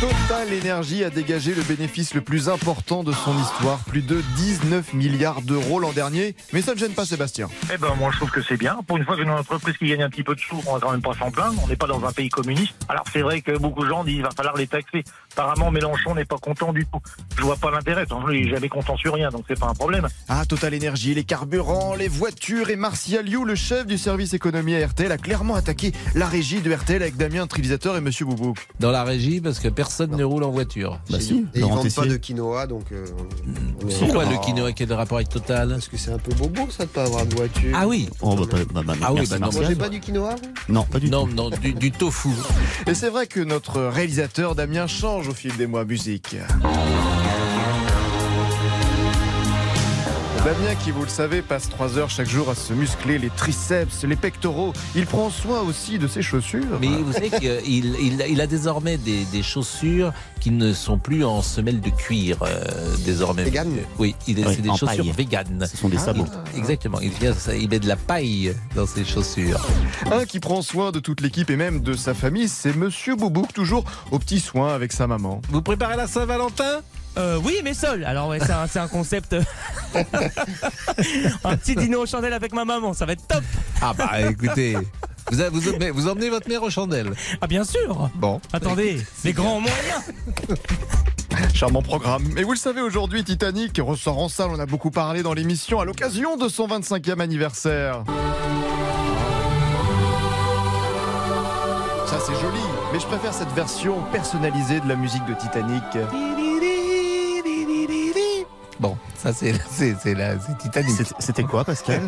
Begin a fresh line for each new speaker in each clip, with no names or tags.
Total Énergie a dégagé le bénéfice le plus important de son histoire, plus de 19 milliards d'euros l'an dernier. Mais ça ne gêne pas Sébastien.
Eh ben, moi, je trouve que c'est bien. Pour une fois qu'une entreprise qui gagne un petit peu de sous, on va quand même pas s'en plaindre. On n'est pas dans un pays communiste. Alors, c'est vrai que beaucoup de gens disent, il va falloir les taxer. Apparemment, Mélenchon n'est pas content du tout. Je vois pas l'intérêt. Il n'est jamais content sur rien, donc c'est pas un problème.
Ah, Total Énergie, les carburants, les voitures et Martial You, le chef du service économie à RTL, a clairement attaqué la régie de RTL avec Damien Trivisateur et Monsieur Boubou.
Dans la régie, parce que personne
Non.
ne roule en voiture.
Bah
Chez nous. Et ils vendent pas de quinoa, donc. euh,
Hmm.
on est-
Pourquoi
Ah,
le quinoa qui est de rapport avec Total
Parce que c'est un peu bobo, ça, de pas avoir de voiture.
Ah oui
On va pas. bah, bah,
Ah oui,
merci,
bah
Martial.
non,
Vous mangez pas du quinoa vous
Non, pas du
Non,
tout.
non, du, du tofu.
Et c'est vrai que notre réalisateur Damien change au fil des mois musique. Damien, qui vous le savez, passe 3 heures chaque jour à se muscler les triceps, les pectoraux. Il prend soin aussi de ses chaussures.
Mais vous savez qu'il il, il a désormais des, des chaussures qui ne sont plus en semelle de cuir, euh, désormais.
Vegan
Oui, il est-
Oui,
c'est des
en
chaussures
paille.
véganes.
Ce sont des sabots.
Il- exactement, il, vient- ça- il met de la paille dans ses chaussures.
Un qui prend soin de toute l'équipe et même de sa famille, c'est Monsieur Boubouk, toujours aux petits soins avec sa maman.
Vous préparez la Saint-Valentin
Euh, oui, mais seul. Alors, ouais, c'est un, c'est un concept. euh, un petit dîner aux chandelles avec ma maman, ça va être top.
Ah bah écoutez, vous, vous, emmenez- vous emmenez votre mère aux chandelles.
Ah, bien sûr.
Bon,
Attendez, les grands moyens.
charmant programme. Et vous le savez, aujourd'hui, Titanic ressort en salle. On a beaucoup parlé dans l'émission à l'occasion de son 25e anniversaire. Ça, c'est joli. Mais je préfère cette version personnalisée de la musique de Titanic.
Bon, ça c'est c'est- c'est la- c'est Titanic.
C'était- C'était quoi, Pascal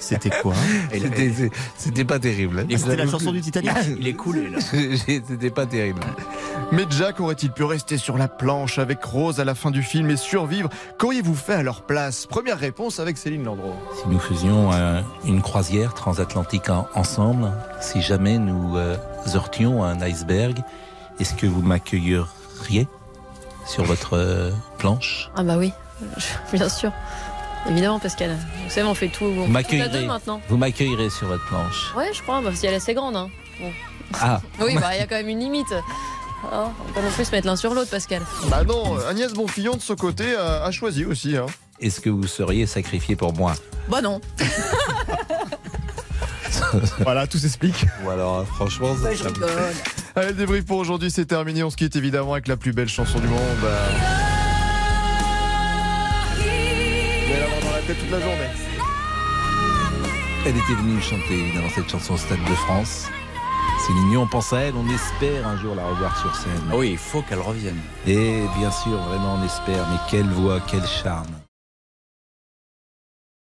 C'était quoi
C'était- c'est- C'était pas terrible. hein.
C'était la chanson du Titanic
Il est coulé là. C'était pas terrible.
Mais Jack aurait-il pu rester sur la planche avec Rose à la fin du film et survivre Qu'auriez-vous fait à leur place Première réponse avec Céline Landreau.
Si nous faisions euh, une croisière transatlantique en- ensemble, si jamais nous euh, heurtions un iceberg, est-ce que vous m'accueilleriez sur votre euh, planche
Ah bah oui, bien sûr. Évidemment, Pascal. Vous savez, on fait tout, on fait tout à
m'accueillerez.
deux maintenant.
Vous m'accueillerez sur votre planche.
Ouais, je crois, bah, si elle est assez grande. Hein.
Ah,
Oui, bah il y a quand même une limite. Hein, on peut pas non plus se mettre l'un sur l'autre, Pascal.
Bah non, Agnès Bonfillon de son côté a, a choisi aussi. hein.
est-ce que vous seriez sacrifié pour moi
Bah non.
Voilà, tout s'explique.
Ou alors, euh, franchement, ça-
Allez, le débrief pour aujourd'hui, c'est terminé. On se quitte évidemment avec la plus belle chanson du monde. euh. Vous allez l'avoir dans la tête toute la journée.
Elle était venue chanter évidemment cette chanson au Stade de France. C'est mignon, on pense à elle, on espère un jour la revoir sur scène.
Oui, il faut qu'elle revienne.
Et bien sûr, vraiment, on espère, mais quelle voix, quel charme.